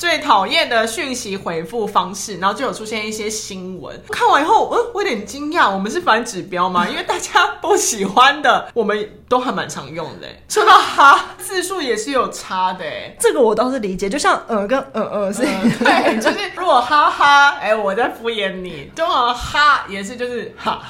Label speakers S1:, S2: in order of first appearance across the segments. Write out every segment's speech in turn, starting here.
S1: 最讨厌的讯息回复方式，然后就有出现一些新闻。看完以后，嗯，我有点惊讶，我们是反指标 吗？因为大家不喜欢的，我们都还蛮常用的欸。说到哈，字数也是有差的欸。
S2: 这个我倒是理解，就像呃跟呃呃是，
S1: 对，就是如果哈哈，哎、我在敷衍你；，中文哈也是就是 哈。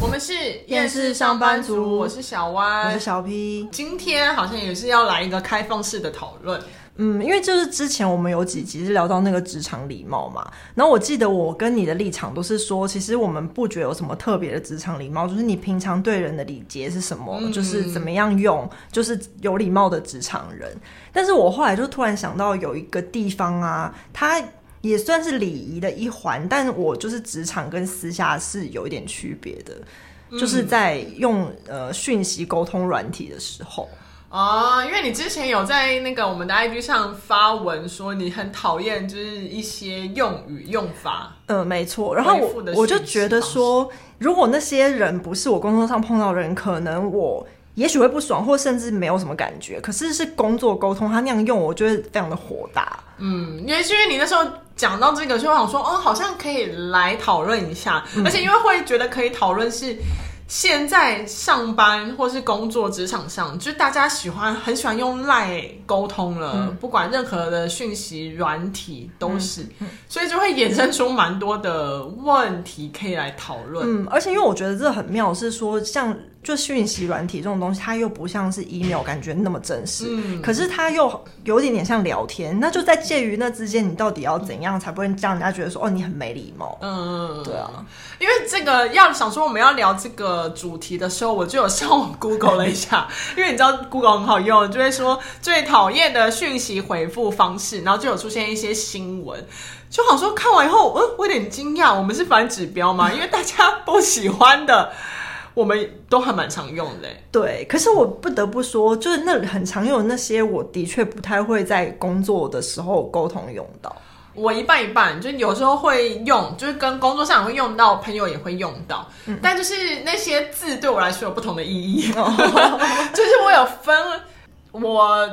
S1: 我们是
S2: 厌世上班族
S1: 我是小
S2: 我
S1: 歪，
S2: 是小 P。
S1: 今天好像也是要来一个开放式的讨论，
S2: 嗯，因为就是之前我们有几集是聊到那个职场礼貌嘛，然后我记得我跟你的立场都是说，其实我们不觉得有什么特别的职场礼貌，就是你平常对人的礼节是什么，就是怎么样用，就是有礼貌的职场人。但是我后来就突然想到有一个地方啊，它。也算是礼仪的一环，但我就是职场跟私下是有一点区别的，就是在用呃讯息沟通软体的时候，
S1: 哦，因为你之前有在那个我们的 IG 上发文说你很讨厌就是一些用语用法，
S2: 嗯，没错。然后
S1: 恢
S2: 我
S1: 复的
S2: 我就
S1: 讯息
S2: 觉得
S1: 方式
S2: 说，如果那些人不是我工作上碰到的人，可能我也许会不爽，或甚至没有什么感觉。可是是工作沟通，他那样用，我就会非常的火大。
S1: 嗯，也是因为你那时候讲到这个，就想说，哦，好像可以来讨论一下，而且因为会觉得可以讨论是。现在上班或是工作职场上，就是大家喜欢很喜欢用赖沟通了，不管任何的讯息软体都是，所以就会衍生出蛮多的问题可以来讨论。
S2: 嗯，而且因为我觉得这很妙，是说像就讯息软体这种东西，它又不像是 email 感觉那么真实，
S1: 嗯
S2: 可是它又有一点点像聊天，那就在介于那之间，你到底要怎样才不会让人家觉得说哦你很没礼貌？
S1: 嗯，
S2: 对啊，
S1: 因为这个要想说我们要聊这个主题的时候，我就有上网 Google 了一下，因为你知道 Google 很好用，就会说最讨厌的讯息回复方式，然后就有出现一些新闻，就好像说看完以后，嗯，我有点惊讶，我们是反指标吗？因为大家不喜欢的，我们都还蛮常用的欸、
S2: 对，可是我不得不说，就是那很常有那些，我的确不太会在工作的时候沟通用到。
S1: 我一半一半，就有时候会用，就是跟工作上也会用到，朋友也会用到，
S2: 嗯
S1: 但就是那些字对我来说有不同的意义，
S2: 哦
S1: 就是我有分我。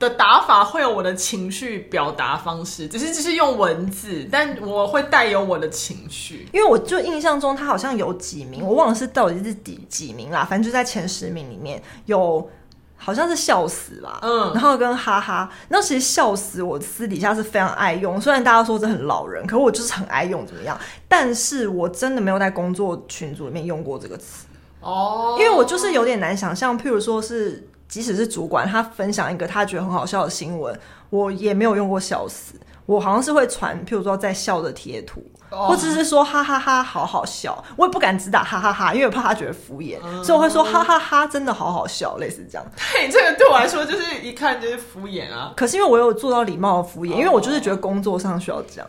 S1: 的打法会有我的情绪表达方式，只是只是用文字，但我会带有我的情绪。
S2: 因为我就印象中，他好像有几名，我忘了是到底是几几名啦，反正就在前十名里面有，好像是笑死吧，
S1: 嗯
S2: 然后跟哈哈，那其实笑死我私底下是非常爱用，虽然大家说这很老人，可我就是很爱用，怎么样？但是我真的没有在工作群组里面用过这个词，
S1: 哦，
S2: 因为我就是有点难想象，譬如说是，即使是主管他分享一个他觉得很好笑的新闻，我也没有用过笑死，我好像是会传，譬如说在笑的贴图。
S1: 哦
S2: 或者是说哈哈哈好好笑，我也不敢只打哈哈哈，因为我怕他觉得敷衍，所以我会说哈哈哈真的好好笑，类似这样。
S1: 对这个对我来说就是一看就是敷衍啊。
S2: 可是因为我有做到礼貌的敷
S1: 哦
S2: 衍，因为我就是觉得工作上需要这样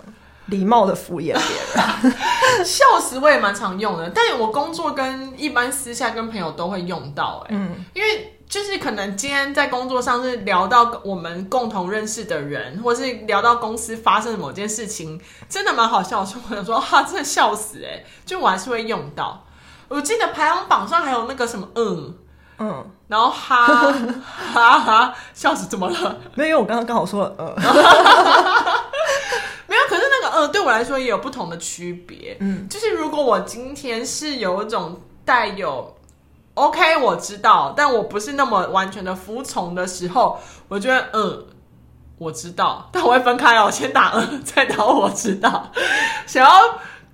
S2: 礼貌的敷衍别人。
S1: 笑死我也蛮常用的，但我工作跟一般私下跟朋友都会用到、哎，
S2: 嗯
S1: 因为就是可能今天在工作上是聊到我们共同认识的人，或是聊到公司发生的某件事情，真的蛮好笑的时候，我想说哈、真的笑死、哎，就我还是会用到。我记得排行榜上还有那个什么嗯，
S2: 嗯，
S1: 然后哈哈哈，笑死，怎么了？
S2: 没有，因为我刚刚刚好说 了呃。
S1: 没有，可是那个呃，对我来说也有不同的区别。嗯，就是如果我今天是有一种带有 OK 我知道，但我不是那么完全的服从的时候，我觉得嗯。我知道，但我会分开哦，先打嗯，再打我知道，想要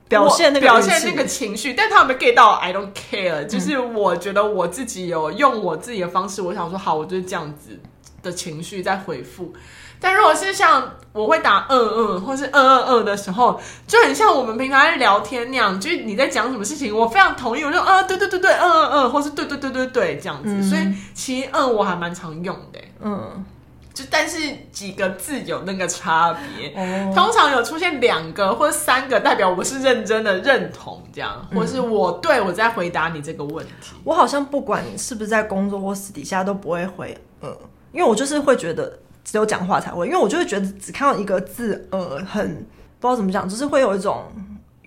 S2: 表现那个
S1: 表
S2: 语
S1: 现
S2: 气嗯
S1: 那个情绪，但他有没有 get 到？I don't care，就是我觉得我自己有用我自己的方式，我想说好，我就是这样子的情绪在回复。但如果是像我会打嗯嗯，或是嗯嗯嗯的时候，就很像我们平常在聊天那样，就是你在讲什么事情，我非常同意，我就啊对对对对嗯嗯嗯，或是对对对对对这样子。所以其实嗯我还蛮常用的、
S2: 嗯，
S1: 就但是几个字有那个差别，
S2: 哦
S1: 通常有出现两个或三个，代表我是认真的认同这样，或是我对我在回答你这个问题。
S2: 我好像不管是不是在工作或私底下都不会回嗯，因为我就是会觉得只有讲话才会，因为我就会觉得只看到一个字呃，很不知道怎么讲，就是会有一种。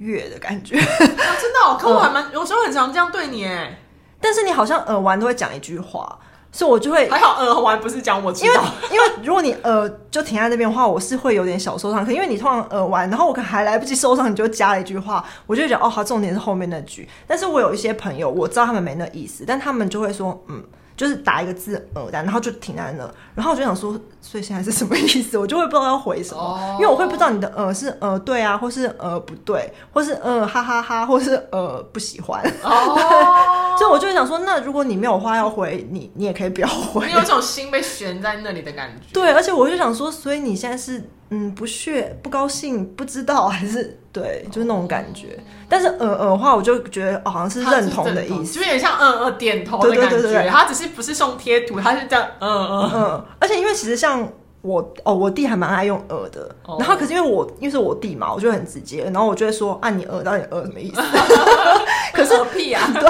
S2: 悦的感觉，
S1: 哦嗯啊、真的哦、可我还蛮、有时候很常这样对你哎，
S2: 但是你好像耳完都会讲一句话，所以我就会
S1: 还好耳环不是讲我知
S2: 因为
S1: 道，
S2: 因为如果你呃就停在那边的话，我是会有点小受伤。可因为你通常耳完，然后我可能还来不及收上，你就加了一句话，我就会讲哦，好，重点是后面那句。但是我有一些朋友，我知道他们没那意思，但他们就会说嗯，就是打一个字呃，然后就停在那，然后我就想说，所以现在是什么意思？我就会不知道要回什么，
S1: 哦
S2: 因为我会不知道你的呃是呃对啊，或是呃不对，或是呃哈哈哈或是呃不喜欢。
S1: 哦，
S2: 所以我就会想说，那如果你没有话要回，你你也可以不要回。
S1: 你有一种心被悬在那里的感觉。
S2: 对，而且我就想说，所以你现在是嗯不屑、不高兴、不知道， 还是对，就是那种感觉。但是呃呃的话，我就觉得、哦、好像是
S1: 它
S2: 认同的意思。
S1: 就有点像嗯嗯点头的感
S2: 对对对
S1: 觉。
S2: 对
S1: 他只是不是送贴图，他是这样嗯嗯。
S2: 嗯，而且因为其实像我哦，我弟还蛮爱用呃的，
S1: 哦
S2: 然后可是因为我因为是我弟嘛，我就很直接，然后我就会说啊你呃到底呃什么意思？
S1: 可是屁啊，
S2: 对，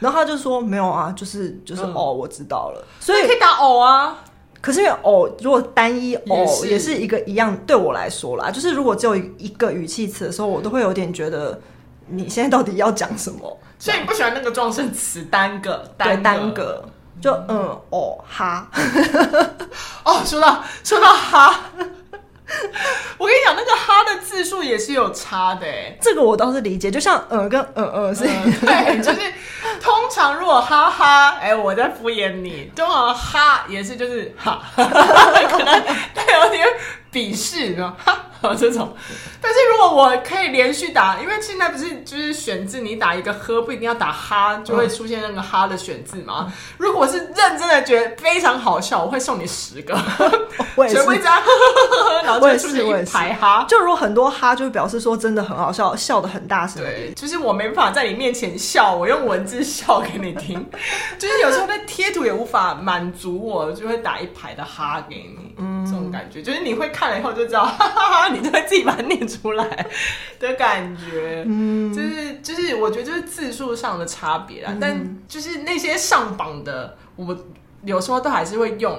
S2: 然后他就说没有啊，就是就是、
S1: 嗯
S2: 哦我知道了，所
S1: 所
S2: 以
S1: 以可以打偶啊。
S2: 可是因为偶如果单一
S1: 也
S2: 偶
S1: 是
S2: 也是一个一样，对我来说啦，就是如果只有一个语气词的时候，我都会有点觉得你现在到底要讲什么？
S1: 所以你不喜欢那个撞声词单个个
S2: 对，单个就嗯哦哈，
S1: 哦。说到说到哈，我跟你讲，那个哈的字数也是有差的哎、
S2: 这个我倒是理解，就像嗯跟嗯嗯是，
S1: 嗯对，就是通常如果哈哈，哎、我在敷衍你。通常哈也是就是哈， 可能带有点鄙视，然后哈这种。但是如果我可以连续打，因为现在不是就是选字，你打一个呵，不一定要打哈，就会出现那个哈的选字嘛。如果我是认真的觉得非常好笑，我会送你十个，
S2: 我也是
S1: 全。部这 样，啊然后就
S2: 我也
S1: 会
S2: 是
S1: 出现
S2: 我也
S1: 一
S2: 是
S1: 排哈。
S2: 就如果很多哈，就表示说真的很好笑，笑的很大声。
S1: 对，就是我没办法在你面前笑，我用文字笑给你听。 就是有时候那贴图也无法满足我，就会打一排的哈给你，
S2: 嗯
S1: 这种感觉，就是你会看了以后就知道， 哈哈哈你就会自己把它念出来的感觉。嗯，就是就是，我觉得就是字数上的差别
S2: 嗯
S1: 啦，但就是那些上榜的，我有时候都还是会用。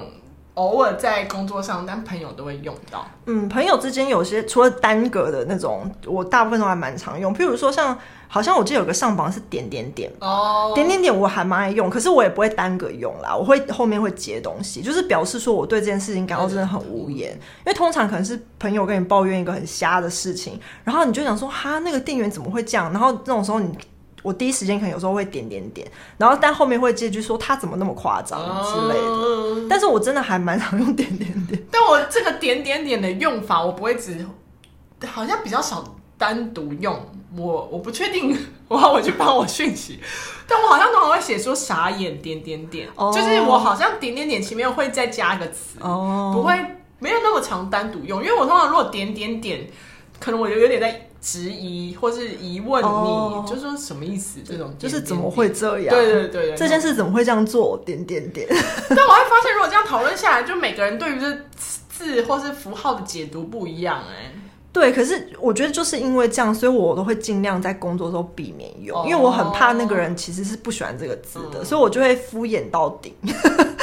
S1: 偶尔在工作上，但朋友都会用到。
S2: 嗯，朋友之间有些除了单格的那种，我大部分都还蛮常用。譬如说像，好像我记得有个上榜是点点点
S1: 哦
S2: 点点点我还蛮爱用，可是我也不会单个用啦，我会后面会接东西，就是表示说我对这件事情感到真的很无言。因为通常可能是朋友跟你抱怨一个很瞎的事情，然后你就想说哈那个店员怎么会这样，然后这种时候你。我第一时间可能有时候会点点点，然后但后面会接一句说他怎么那么夸张
S1: 哦
S2: 之类的。
S1: 的
S2: 但是我真的还蛮常用点点点，
S1: 但我这个点点点的用法，我不会只，好像比较少单独用。我我不确定， 我要我去帮我讯息，但我好像通常会写说傻眼点点点
S2: 哦
S1: 就是我好像点点点前面会再加一个词
S2: 哦
S1: 不会没有那么常单独用，因为我通常如果点点点，可能我有点在质疑或是疑问你
S2: 哦
S1: 就说什么意思这种点点点，
S2: 就是怎么会这样？
S1: 对对对对，
S2: 这件事怎么会这样做？点点点。
S1: 但我会发现，如果这样讨论下来，就每个人对于这字或是符号的解读不一样、欸
S2: 对，可是我觉得就是因为这样，所以我都会尽量在工作的时候避免用，
S1: 哦
S2: 因为我很怕那个人其实是不喜欢这个字的，
S1: 嗯
S2: 所以我就会敷衍到 底。譬
S1: 哎，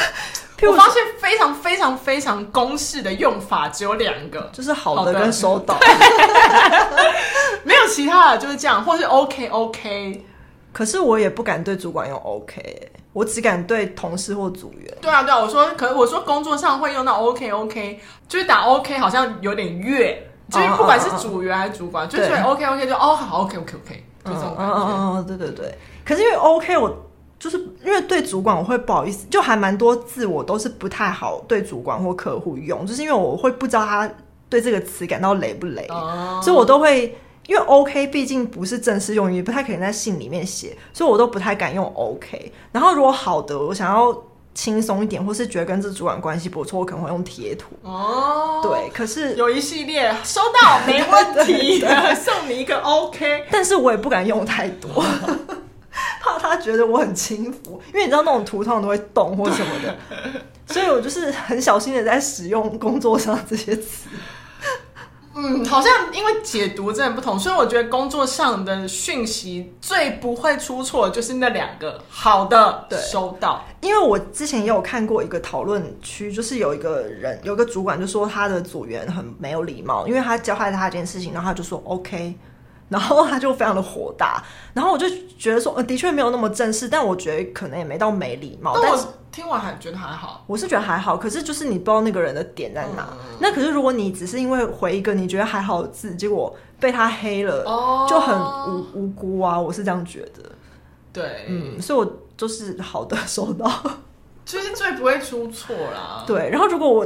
S1: 我
S2: 如
S1: 发
S2: 说，
S1: 现非常非常非常公式的用法只有两个，
S2: 就是好
S1: 好
S2: 的
S1: 的
S2: 跟收 到，
S1: 没有其他的，就是这样，或是 OK OK。
S2: 可是我也不敢对主管用 OK，欸我只敢对同事或组员。
S1: 对啊对啊，我说，可我说工作上会用到 OK OK，就是打 OK 好像有点越，就是不
S2: 哦
S1: 管是组员还是主管，就是
S2: 对
S1: OK OK 就哦好 OK OK OK，就这
S2: 嗯
S1: 种
S2: 嗯
S1: 感
S2: 嗯
S1: 觉。
S2: 嗯，嗯对对对。可是因为 OK，我就是因为对主管我会不好意思，就还蛮多字我都是不太好对主管或客户用，就是因为我会不知道他对这个词感到雷不雷。
S1: 哦
S2: 所以我都会，因为 OK 毕竟不是正式用语，不太可能在信里面写，所以我都不太敢用 OK。然后如果好的，我想要轻松一点，或是觉得跟这主管关系不错，我可能会用贴图。
S1: 哦，
S2: 对，可是
S1: 有一系列收到没问题，送你一个 OK。
S2: 但是我也不敢用太多， 怕他觉得我很轻浮，因为你知道那种图通常都会动或什么的，所以我就是很小心的在使用工作上这些词。
S1: 嗯，好像因为解读真的不同，所以我觉得工作上的讯息最不会出错的就是那两个好的
S2: 对
S1: 收到，
S2: 因为我之前也有看过一个讨论区，就是有一个人，有个主管就说他的组员很没有礼貌，因为他交代他一件事情，然后他就说 OK， 然后他就非常的火大，然后我就觉得说，呃，的确没有那么正式，但我觉得可能也没到没礼貌。
S1: 但
S2: 但是
S1: 我听完还觉得还好。
S2: 我是觉得还好，可是就是你不知道那个人的点在哪。
S1: 嗯
S2: 那可是如果你只是因为回一个你觉得还好的字，结果被他黑了，
S1: 哦
S2: 就很无无辜啊，我是这样觉得。
S1: 对，
S2: 嗯，所以我就是好的 收到。
S1: 就是最不会出错啦。
S2: 对，然后如果我，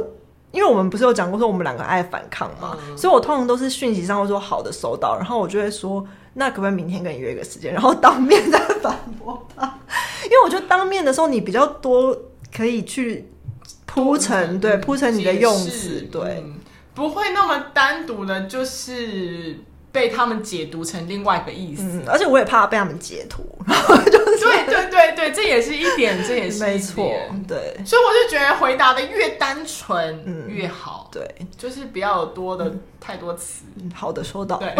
S2: 因为我们不是有讲过说我们两个爱反抗嘛，
S1: 嗯
S2: 所以我通常都是讯息上会说好的收到，然后我就会说那可不可以明天跟你约一个时间，然后当面再反驳他，因为我觉得当面的时候你比较多可以去铺陈，对，铺陈你的用词，对。
S1: 嗯不会那么单独的，就是被他们解读成另外一个意思。
S2: 嗯，而且我也怕被他们截图，
S1: 对 对对对，这也是一点，这也是一点
S2: 没错，对
S1: 所以我就觉得回答的越单纯、
S2: 嗯
S1: 越好，
S2: 对，
S1: 就是不要有多的、太多词。
S2: 嗯好的，收到，
S1: 对，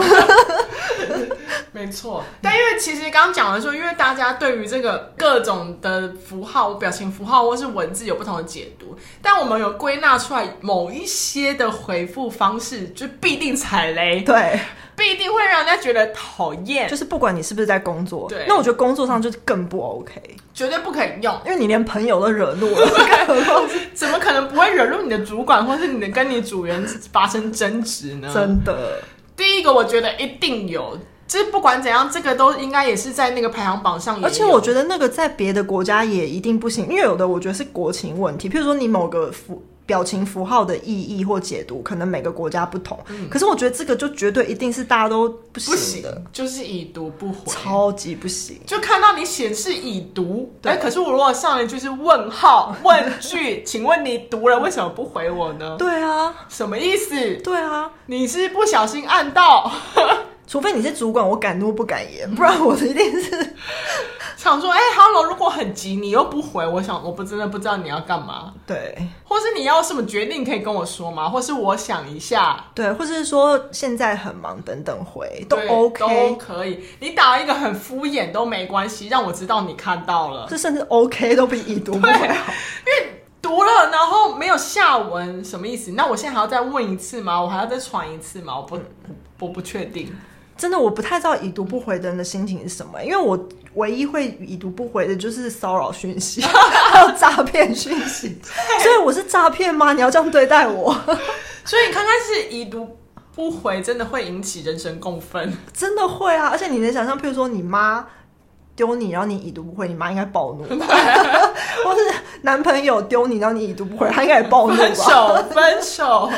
S1: 没错。但因为其实刚刚讲的说，因为大家对于这个各种的符号、表情符号或是文字有不同的解读，但我们有归纳出来某一些的回复方式，就必定踩雷，
S2: 对，
S1: 必定会让人家觉得讨厌
S2: 就，是不管你是不是在工作，
S1: 对
S2: 那我觉得工作上就是更不 OK，
S1: 绝对不可以用。
S2: 因为你连朋友都惹怒了，更何况
S1: 怎么可能不会惹怒你的主管，或是你的跟你组员发生争执呢？
S2: 真的，
S1: 第一个我觉得一定有，就是不管怎样，这个都应该也是在那个排行榜上也有。
S2: 而且我觉得那个在别的国家也一定不行，因为有的我觉得是国情问题，譬如说你某个符表情符号的意义或解读，可能每个国家不同。
S1: 嗯
S2: 可是我觉得这个就绝对一定是大家都不
S1: 不行
S2: 的，，
S1: 就是已读不嗯回。
S2: 超级不行。
S1: 就看到你显示已读，
S2: 对
S1: 哎，可是我如果上一句是问号问句， 请问你读了为什么不回我呢？
S2: 对啊，
S1: 什么意思？
S2: 对啊，
S1: 你是不小心按到，
S2: 除非你是主管，我敢怒不敢言，不然我一定是
S1: 想说，哎、h e l l o 如果很急你又不回，我想我不真的不知道你要干嘛，
S2: 对
S1: 或是你要什么决定可以跟我说吗？或是我想一下，
S2: 对，或者是说现在很忙，等等回都
S1: 对
S2: OK，
S1: 都可以。你打一个很敷衍都没关系，让我知道你看到了。
S2: 这甚至 OK 都比已读不
S1: 啊
S2: 回好。
S1: 读了，然后没有下文，什么意思？那我现在还要再问一次吗？我还要再传一次吗？我不，我不确定。
S2: 真的我不太知道已读不回的人的心情是什么，因为我唯一会已读不回的就是骚扰讯息， 还有诈骗讯息。所以我是诈骗吗？你要这样对待我？
S1: 所以你看看是已读不回，真的会引起人神共 愤。
S2: 真的会啊！而且你能想象，譬如说你妈丢你，然后你已读不回，你妈应该暴怒 吧？或是男朋友丢你，然后你已读不回，他应该也暴怒
S1: 分
S2: 吧？
S1: 手，分手，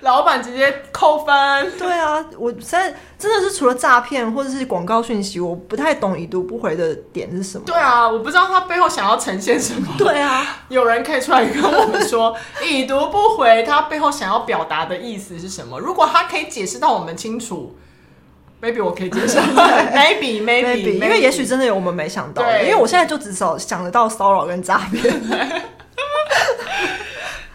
S1: 老板直接扣分。
S2: 对啊，我现在真的是除了诈骗或者是广告讯息，我不太懂已读不回的点是什么。
S1: 对啊，我不知道他背后想要呈现什么。
S2: 对啊，
S1: 有人可以出来跟我们说 “已读不回”，他背后想要表达的意思是什么？如果他可以解释到我们清楚，maybe 我可以接 受，maybe
S2: maybe，
S1: maybe，
S2: 因为也许真的有我们没想到的，
S1: 对
S2: 因为我现在就至少想得到骚扰跟诈骗，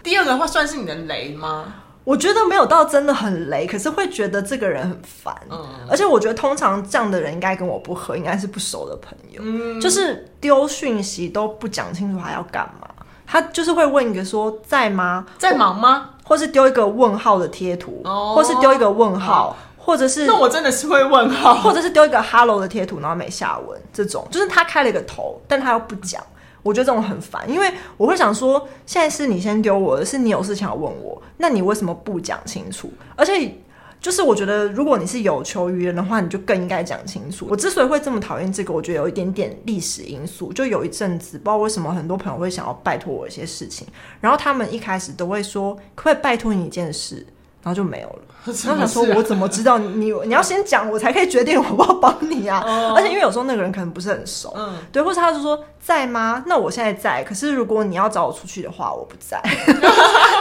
S1: 第二个会算是你的雷吗？
S2: 我觉得没有到真的很雷，可是会觉得这个人很烦，
S1: 嗯
S2: 而且我觉得通常这样的人应该跟我不合，应该是不熟的朋友，
S1: 嗯
S2: 就是丢讯息都不讲清楚他要干嘛，他就是会问一个说在吗，
S1: 在忙吗？
S2: 或是丢一个问号的贴图，
S1: 哦
S2: 或是丢一个问号，或者是
S1: 那我真的是会问号。
S2: 或者是丢一个 hello 的贴图，然后没下文，这种就是他开了一个头，但他又不讲，我觉得这种很烦，因为我会想说，现在是你先丢我的，是你有事情要问我，那你为什么不讲清楚？而且就是我觉得，如果你是有求于人的话，你就更应该讲清楚。我之所以会这么讨厌这个，我觉得有一点点历史因素。就有一阵子，不知道为什么很多朋友会想要拜托我一些事情，然后他们一开始都会说，可不可以拜托你一件事，然后就没有了。
S1: 什
S2: 然后
S1: 么
S2: 想
S1: 事啊
S2: 说， 我怎么知道你？你要先讲，我才可以决定我要不要帮你啊。而且因为有时候那个人可能不是很熟，
S1: 哦嗯
S2: 对，或者他就说在吗？那我现在在，可是如果你要找我出去的话，我不 在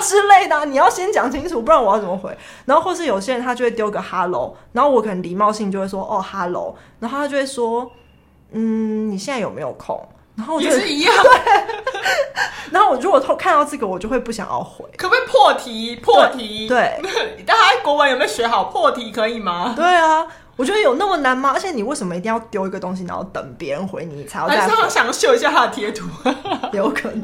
S2: 之类的啊、你要先讲清楚，不然我要怎么回？然后或是有些人他就会丢个 hello，然后我可能礼貌性就会说哦 hello，然后他就会说嗯你现在有没有空？然后我
S1: 嗯
S2: 就
S1: 也，是一样，
S2: 然后我如果偷看到这个，我就会不想要回。
S1: 可不可以破题？破题，
S2: 对，
S1: 大家国文有没有学好？破题可以吗？
S2: 对啊，我觉得有那么难吗？而且你为什么一定要丢一个东西，然后等别人回你才要
S1: 还
S2: 再
S1: 是他
S2: 回？
S1: 想秀一下他的贴图？
S2: 有可能，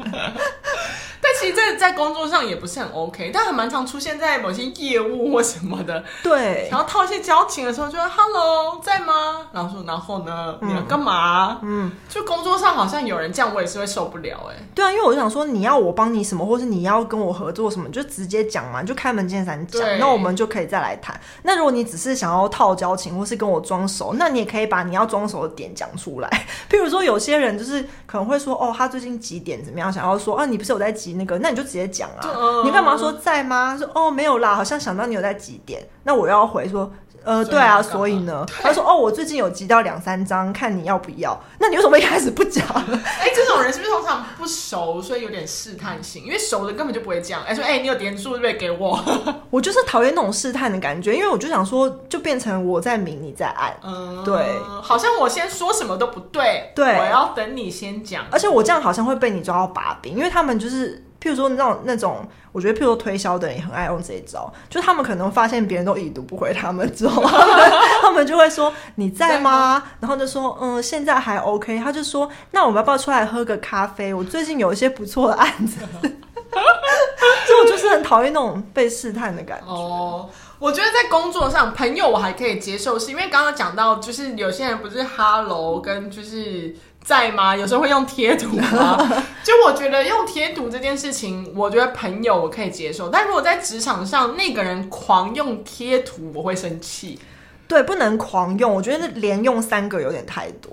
S1: 但其其实这在工作上也不是很 OK，但还蛮常出现在某些业务或什么的，
S2: 对，
S1: 然后套一些交情的时候，就会 “hello 在吗？”然后说“然后呢？你要干嘛？”嗯，就工作上好像有人这样，我也是会受不了 哎、
S2: 对啊，因为我就想说，你要我帮你什么，或是你要跟我合作什么，你就直接讲嘛，你就开门见山讲
S1: 对，
S2: 那我们就可以再来谈。那如果你只是想要套交情，或是跟我装熟，那你也可以把你要装熟的点讲出来。 譬如说，有些人就是可能会说，哦，他最近几点怎么样，想要说，啊，你不是有在急那个，那你就直接讲啊
S1: 对，嗯
S2: 你干嘛说在吗？说哦没有啦，好像想到你有在几点，那我要回说。呃，
S1: 所以
S2: 对啊，
S1: 你要干嘛
S2: 所以呢，他说哦，我最近有急到两三张，看你要不要。那你为什么一开始不讲？
S1: 哎、这种人是不是通常不熟，所以有点试探性？因为熟的根本就不会这样。哎、说哎、你有点数对不对？给我。
S2: 我就是讨厌那种试探的感觉，因为我就想说，就变成我在明，你在暗，
S1: 嗯，
S2: 对，
S1: 好像我先说什么都不对，
S2: 对
S1: 我要等你先讲。
S2: 而且我这样好像会被你抓到把柄，因为他们就是。譬如说那种那种，我觉得譬如说推销的人也很爱用这一招，就是他们可能发现别人都已读不回他们之后，他们他们就会说你在吗？ 然后就说嗯现在还 OK，他就说那我们要不要出来喝个咖啡？我最近有一些不错的案子， 所以我就是很讨厌那种被试探的感觉。
S1: 哦，我觉得在工作上，朋友我还可以接受，是因为刚刚讲到，就是有些人不是 hello
S2: 嗯
S1: 跟就是在吗？有时候会用贴图 吗？就我觉得用贴图这件事情，我觉得朋友我可以接受，但如果在职场上那个人狂用贴图，我会生气。
S2: 对，不能狂用，我觉得连用三个有点太多。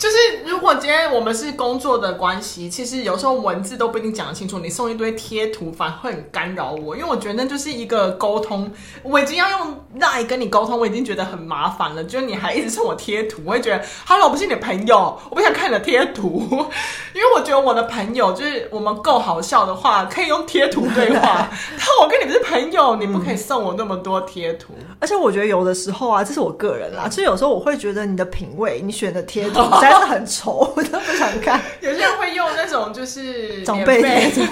S1: 就是如果今天我们是工作的关系，其实有时候文字都不一定讲得清楚，你送一堆贴图反而会很干扰我，因为我觉得那就是一个沟通，我已经要用 line 跟你沟通，我已经觉得很麻烦了，就你还一直送我贴图，我会觉得 hello 我不是你的朋友，我不想看你的贴图， 因为我觉得我的朋友就是我们够好笑的话，可以用贴图对话，但我跟你不是朋友，你不可以送我那么多贴图。
S2: 而且我觉得有的时候啊，这是我个人啦，就是有时候我会觉得你的品味，你选的贴图实在是很丑，我都不想看。
S1: 有些人会用那种就是
S2: 长辈
S1: 免费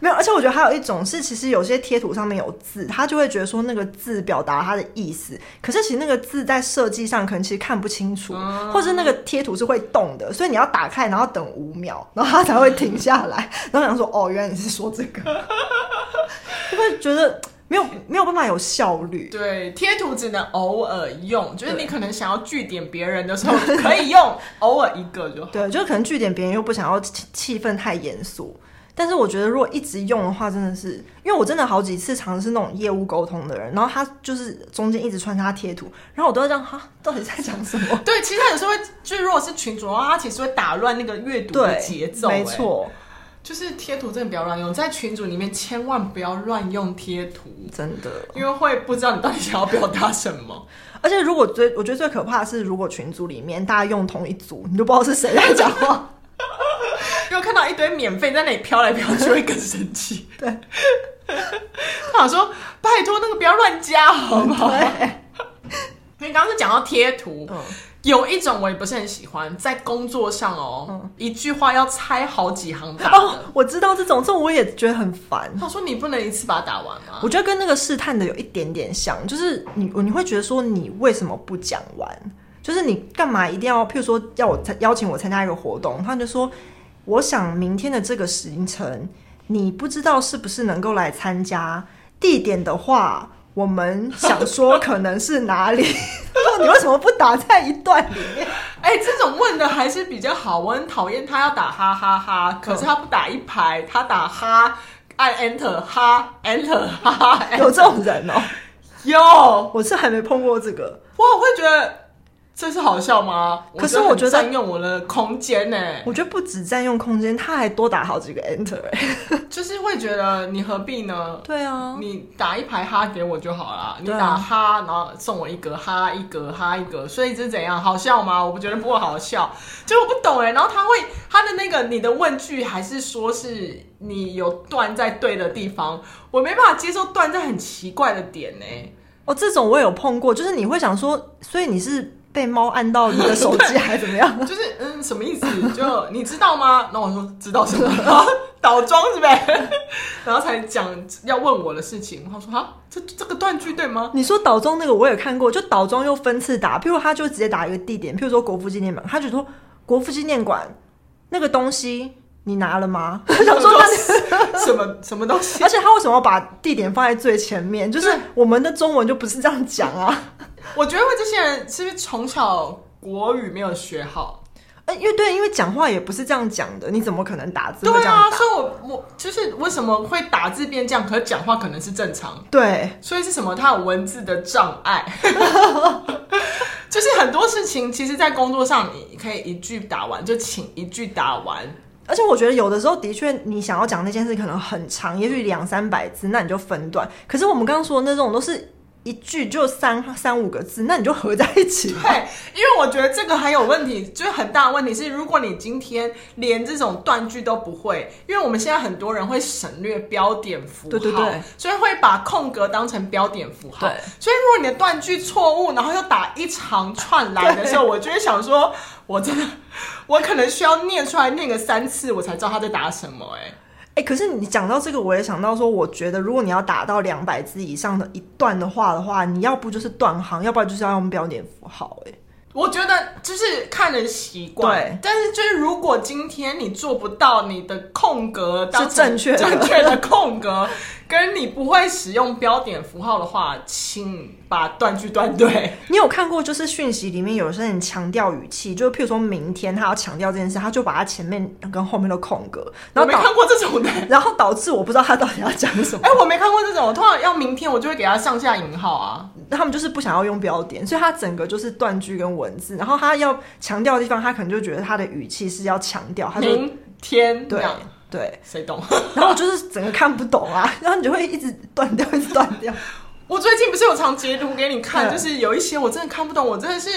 S2: 没有，而且我觉得还有一种是，其实有些贴图上面有字，他就会觉得说那个字表达他的意思，可是其实那个字在设计上可能其实看不清楚，或是那个贴图是会动的，所以你要打开，然后等五秒， 然后它才会停下来，然后想说哦，原来你是说这个，就会觉得没有没有办法有效率。
S1: 对，贴图只能偶尔用，就是你可能想要据点别人的时候可以用，偶尔一个就好。？
S2: 对，就是可能据点别人又不想要气气氛太严肃，但是我觉得如果一直用的话，真的是，因为我真的好几次尝试那种业务沟通的人，然后他就是中间一直穿插贴图，然后我都要这样哈，到底在讲什 么
S1: 对，其实他有时候会，就是如果是群主的话，他其实会打乱那个阅读的
S2: 对，
S1: 节奏。
S2: 没
S1: 哎，
S2: 错，
S1: 就是贴图真的不要乱用，在群组里面千万不要乱用贴图，
S2: 真的。
S1: 因为会不知道你到底想要表达什 么。
S2: 而且如果最，我觉得最可怕的是，如果群组里面大家用同一组，你都不知道是谁在讲话。
S1: 因为看到一堆免费在那里飘来飘去，会更生 气。对，他想说拜托那个不要乱加好不好？
S2: 对，
S1: 因为刚刚是讲到贴图，
S2: 嗯，
S1: 有一种我也不是很喜欢，在工作上哦，一句话要拆好几行打
S2: 嗯哦
S1: 的。，
S2: 我知道这种，这种我也觉得很烦。
S1: 他说你不能一次把它打完吗？
S2: 我觉得跟那个试探的有一点点像，就是你你会觉得说你为什么不讲完？就是你干嘛一定要，譬如说要我参邀请我参加一个活动，他就说我想明天的这个行程，你不知道是不是能够来参加？地点的话，我们想说可能是哪里？ 那你为什么不打在一段里面？
S1: 哎、这种问的还是比较好。我很讨厌他要打哈哈哈可是他不打一排，他打哈，按 enter 哈 enter 哈哈。
S2: 有这种人哦、
S1: 有哇，
S2: 我是还没碰过这个。
S1: 我会觉得这是好笑吗？
S2: 可是我觉得
S1: 很占用我的空间呢、
S2: 我觉得不止占用空间，他还多打好几个 enter 哎、
S1: 就是会觉得你何必呢？
S2: 对啊，
S1: 你打一排哈给我就好啦，你
S2: 对啊
S1: 打哈，然后送我一格哈一格哈一格，所以这是怎样好笑吗？我不觉得不好笑，就我不懂哎、然后他会他的那个你的问句还是说是你有断在对的地方，我没办法接受断在很奇怪的点欸呢、
S2: 哦，这种我有碰过，就是你会想说，所以你是被猫按到你的手机还是怎么样？
S1: 就是嗯什么意思？就你知道吗？然后我说知道什么，然后 倒装是呗， 然后才讲要问我的事情，他说哈这这个断句对吗？
S2: 你说倒装那个我也看过，就倒装又分次打，譬如他就直接打一个地点，譬如说国父纪念馆，他就说国父纪念馆那个东西你拿了吗？想说那你
S1: 什么什么东西？
S2: 而且他为什么要把地点放在最前面？就是
S1: 对
S2: 我们的中文就不是这样讲啊。
S1: 我觉得这些人是不是从小国语没有学好？
S2: 呃因为对，因为讲话也不是这样讲的，你怎么可能打字
S1: 对
S2: 会这
S1: 啊，
S2: 样打？
S1: 所以我我就是为什么会打字变这样，可是讲话可能是正常，
S2: 对，
S1: 所以是什么？他有文字的障碍， 就是很多事情，其实，在工作上你可以一句打完，就请一句打完。
S2: 而且我觉得有的时候的确，你想要讲那件事可能很长，也许两三百字，那你就分段。可是我们刚刚说的那种都是一句就三三五个字，那你就合在一 起。
S1: 对，因为我觉得这个还有问题，就是很大的问题是，如果你今天连这种断句都不会，因为我们现在很多人会省略标点符号，
S2: 对对对
S1: 所以会把空格当成标点符号。
S2: 对，
S1: 所以如果你的断句错误，然后又打一长串来的时候，我就会想说，我真的，我可能需要念出来念个三次，我才知道他在打什么、哎。
S2: 哎、可是你讲到这个，我也想到说，我觉得如果你要打到两百字以上的一段的话的话，你要不就是断行，要不然就是要用标点符号、哎，
S1: 我觉得就是看人习惯，
S2: 对
S1: 但是就是如果今天你做不到你的空格当成
S2: 是正确的
S1: 正确的空格， 跟你不会使用标点符号的话，请把断句断对。
S2: 你有看过就是讯息里面有些人强调语气，就是譬如说明天他要强调这件事，他就把他前面跟后面的空格，
S1: 我
S2: 然后
S1: 没
S2: 导
S1: 看过这种的，
S2: 然后导致我不知道他到底要讲什么。
S1: 哎、我没看过这种。我通常要明天，我就会给他上下引号啊。
S2: 他们就是不想要用标点，所以他整个就是断句跟文字，然后他要强调的地方，他可能就觉得他的语气是要强调，他就
S1: 明天这
S2: 对
S1: 样，
S2: 对，
S1: 谁懂？
S2: 然后我就是整个看不懂啊，然后你就会一直断掉，一直断掉。
S1: 我最近不是有常截图给你看，
S2: 嗯
S1: 就是有一些我真的看不懂，我真的是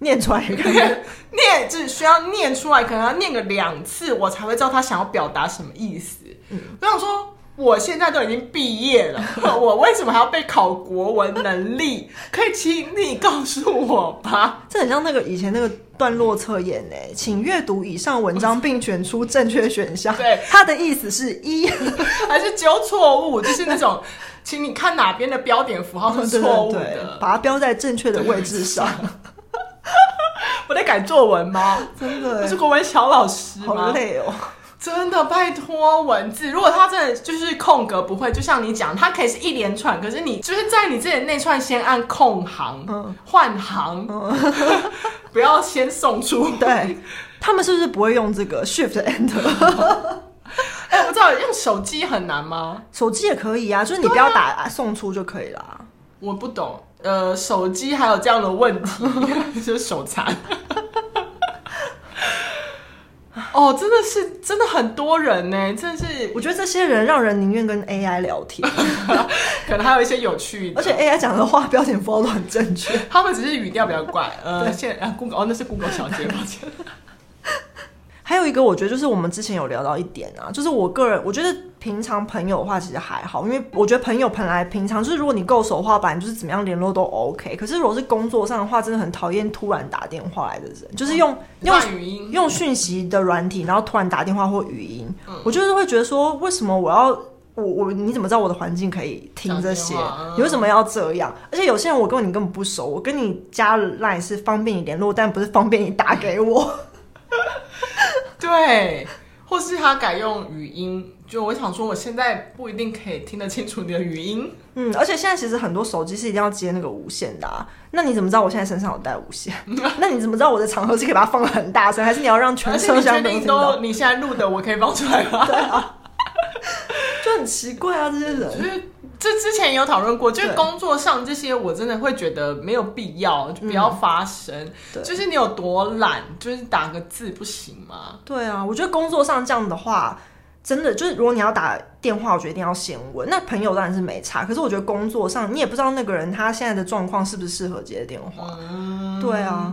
S2: 念出来也看不懂，
S1: 念念只需要念出来，可能要念个两次，我才会知道他想要表达什么意思。
S2: 嗯
S1: 我想说，我现在都已经毕业 了，我为什么还要被考国文能力？可以请你告诉我吧。
S2: 这很像那个以前那个段落测验呢、请阅读以上文章并选出正确选项。
S1: 对
S2: 他的意思是一，
S1: 还是纠错误，就是那 种，请你看哪边的标点符号是错误
S2: 对对对
S1: 的。
S2: 把它标在正确的位置上。
S1: 我在改作文吗？
S2: 真
S1: 我
S2: 的
S1: 是
S2: 欸，
S1: 国文小老师
S2: 好
S1: 吗？
S2: 累哦。
S1: 真的，拜托文字，如果他真的就是空格不会，就像你讲，它可以是一连串，可是你就是在你自己的那串先按空行，
S2: 嗯
S1: 换行， 不要先送出。
S2: 对，他们是不是不会用这个 Shift and？
S1: 哎、我知道用手机很难吗？
S2: 手机也可以啊，就是你不要打、送出就可以啊啦。
S1: 我不懂，呃，手机还有这样的问题， 就是手残。 哦，真的是，真的很多人呢、真的是，
S2: 我觉得这些人让人宁愿跟 AI 聊天，
S1: 可能还有一些有趣的，
S2: 而且 AI 讲的话标点符号都很正确。
S1: 他们只是语调比较怪。呃，现在、啊、Google 哦，那是 Google 小姐，抱歉。
S2: 还有一个，我觉得就是我们之前有聊到一点啊，就是我个人，我觉得平常朋友的话其实还好，因为我觉得朋友本来平常就是如果你够熟的话，本来就是怎么样联络都 OK。可是如果是工作上的话，真的很讨厌突然打电话来的人，就是用用
S1: 用语音，
S2: 用讯息的软体，然后突然打电话或语音，
S1: 嗯
S2: 我就是会觉得说，为什么我要我我你怎么知道我的环境可以听这些
S1: 讲电话嗯？
S2: 你为什么要这样？而且有些人我跟你根本不熟，我跟你加了 line 是方便你联络，但不是方便你打给我。
S1: 对，或是他改用语音，就我想说，我现在不一定可以听得清楚你的语音，
S2: 嗯，而且现在其实很多手机是一定要接那个无线的、啊，那你怎么知道我现在身上有带无 线？那你怎么知道我的场合是可以把它放得很大声，还是你要让全
S1: 而且
S2: 车
S1: 你确
S2: 厢都听
S1: 定
S2: 到？
S1: 都你现在录的，我可以放出来 吗？
S2: 就很奇怪啊，这些人。
S1: 就是这之前有讨论过，就是
S2: 对
S1: 工作上这些，我真的会觉得没有必要，就不要发生。
S2: 嗯对
S1: 就是你有多懒，就是打个字不行吗？
S2: 对啊，我觉得工作上这样的话，真的就是如果你要打电话，我觉得一定要先问。那朋友当然是没差，可是我觉得工作上你也不知道那个人他现在的状况是不是适合接电话。对啊，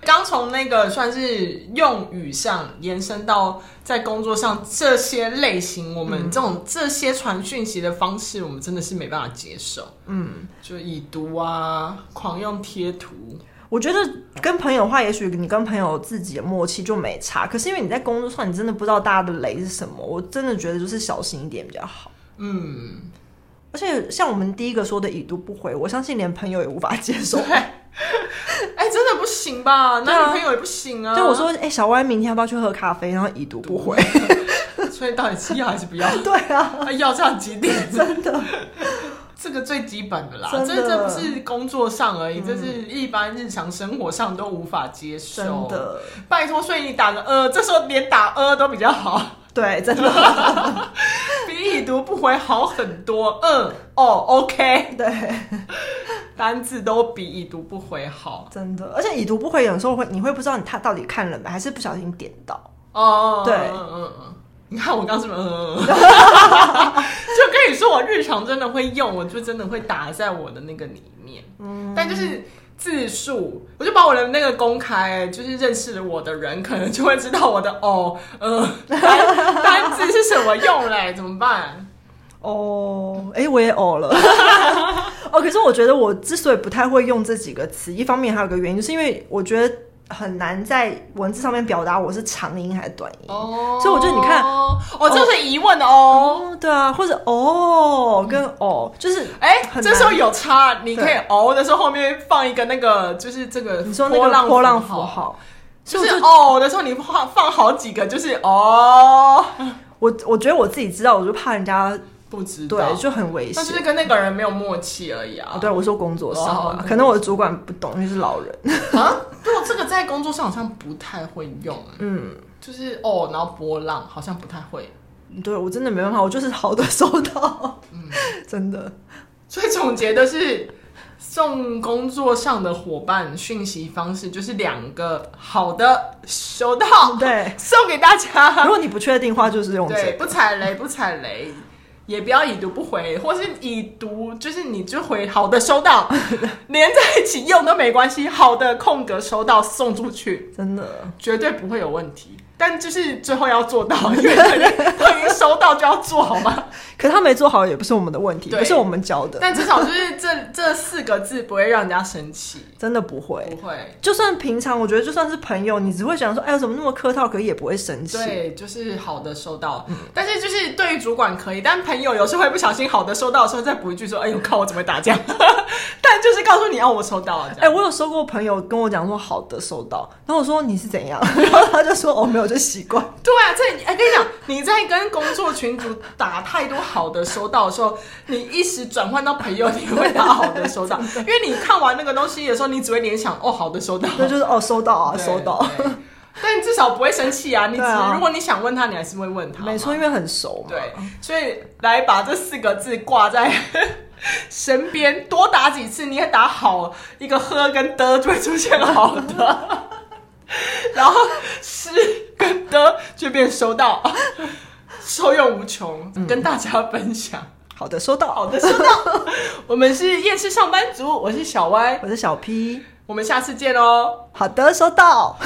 S1: 刚从那个算是用语上延伸到在工作上这些类型，我
S2: 嗯
S1: 们这种、这些传讯息的方式，我们真的是没办法接受。
S2: 嗯，
S1: 就已读啊，狂用贴图，
S2: 我觉得跟朋友的话，也许你跟朋友自己的默契就没差，可是因为你在工作上，你真的不知道大家的雷是什么，我真的觉得就是小心一点比较好。
S1: 嗯，
S2: 而且像我们第一个说的已读不回，我相信连朋友也无法接受
S1: 对。 哎、真的不行吧？
S2: 对啊
S1: 男女朋友也不行啊。
S2: 就我说，哎、小歪，明天要不要去喝咖啡？然后已读不回。
S1: 所以到底是要还是不 要？
S2: 对啊，
S1: 啊要这样几点？
S2: 真的。
S1: 这个最基本的啦，
S2: 真
S1: 这
S2: 的嗯
S1: 这不是工作上而已，这是一般日常生活上都无法接受。
S2: 真，的，
S1: 拜托，所以你打个呃，这时候连打呃都比较好，
S2: 对，真的，
S1: 比已读不回好很多。嗯，哦，OK，
S2: 对，
S1: 单字都比已读不回好。
S2: 真的。而且已读不回，有时候会你会不知道你他到底看了没，还是不小心点到。
S1: 哦，
S2: 对
S1: 嗯嗯嗯。你看我刚什么？嗯嗯嗯呃就跟你说，我日常真的会用，我就真的会打在我的那个里面。嗯，但就是字数，我就把我的那个公开，就是认识我的人可能就会知道我的哦，呃，单单字是什么用嘞？怎么办？
S2: 哦，哎，我也偶了。 哦，可是我觉得我之所以不太会用这几个词，一方面还有一个原因，就是因为我觉得很难在文字上面表达我是长音还是短音。
S1: 哦
S2: 所以我觉得你看
S1: 哦，这是疑问的哦。
S2: 哦，对啊，或者哦跟哦，就是
S1: 哎、嗯
S2: 很难
S1: 这时候有差，你可以
S2: 对
S1: 哦的时候后面放一个那个，就是这个
S2: 你说那个
S1: 波
S2: 波
S1: 浪
S2: 浪
S1: 符
S2: 符
S1: 号，
S2: 号，
S1: 就
S2: 所以
S1: 是
S2: 我就
S1: 哦的时候，你放放好几个，就是哦，
S2: 我我觉得我自己知道，我就怕人家
S1: 不知道，
S2: 对就很危
S1: 但就是
S2: 险。
S1: 跟那个人没有默契而已啊。
S2: 啊，对，我说工作上
S1: 哦
S2: 啊，可能我的主管不懂，因为是老人。
S1: 啊，对，我这个在工作上好像不太会用，
S2: 嗯，
S1: 就是哦，然后波浪好像不太会，
S2: 嗯对我真的没办法，我就是好的收到，
S1: 嗯
S2: 真的
S1: 所以总结的是。送工作上的伙伴讯息方式就是两个好的收到，
S2: 对。
S1: 送给大家。
S2: 如果你不确定的话，就是用
S1: 对，
S2: 这
S1: 不踩雷，不踩雷，也不要已读不回，或是已读就是你就回好的收到，连在一起用都没关系，好的空格收到送出去，
S2: 真的
S1: 绝对不会有问题。但就是最后要做到， 因为他已经他已经收到就要做好吗？
S2: 可是他没做好也不是我们的问题，
S1: 对
S2: 不是我们教的，
S1: 但至少就是这这四个字不会让人家生气，
S2: 真的不会。
S1: 不会。
S2: 就算平常，我觉得就算是朋友，你只会想说，哎呦，怎么那么客套，可是也不会生气。
S1: 对，就是嗯好的收到，但是就是对于主管可以，但朋友有时候会不小心好的收到的时候再补一句说：“哎呦靠，我怎么会打这样？” 但就是告诉你哦，我收到了。这
S2: 哎、
S1: 样
S2: 我有收过朋友跟我讲说好的收到，然后我说你是怎样， 然后他就说哦没有就习惯，
S1: 对啊， 这哎跟你讲，你在跟工作群组打太多好的收到的时候，你一时转换到朋友，你会打好的收 到，因为你看完那个东西的时候，你只会联想哦，好的收到，
S2: 那就是哦收到啊
S1: 对
S2: 收到，。
S1: 对但至少不会生气啊！你只、
S2: 对啊
S1: 如果你想问他，你还是会问他嘛。
S2: 没错，因为很熟嘛。
S1: 对，所以来把这四个字挂在 身边，多打几次，你也打好一个喝跟的就会出现好的，然后是跟的就变收到，受用无穷，跟大家分享。
S2: 好的收
S1: 好
S2: 到，
S1: 的，收到。我们是厌世上班族，我是小歪，
S2: 我是小 P，
S1: 我们下次见哦。
S2: 好的收到。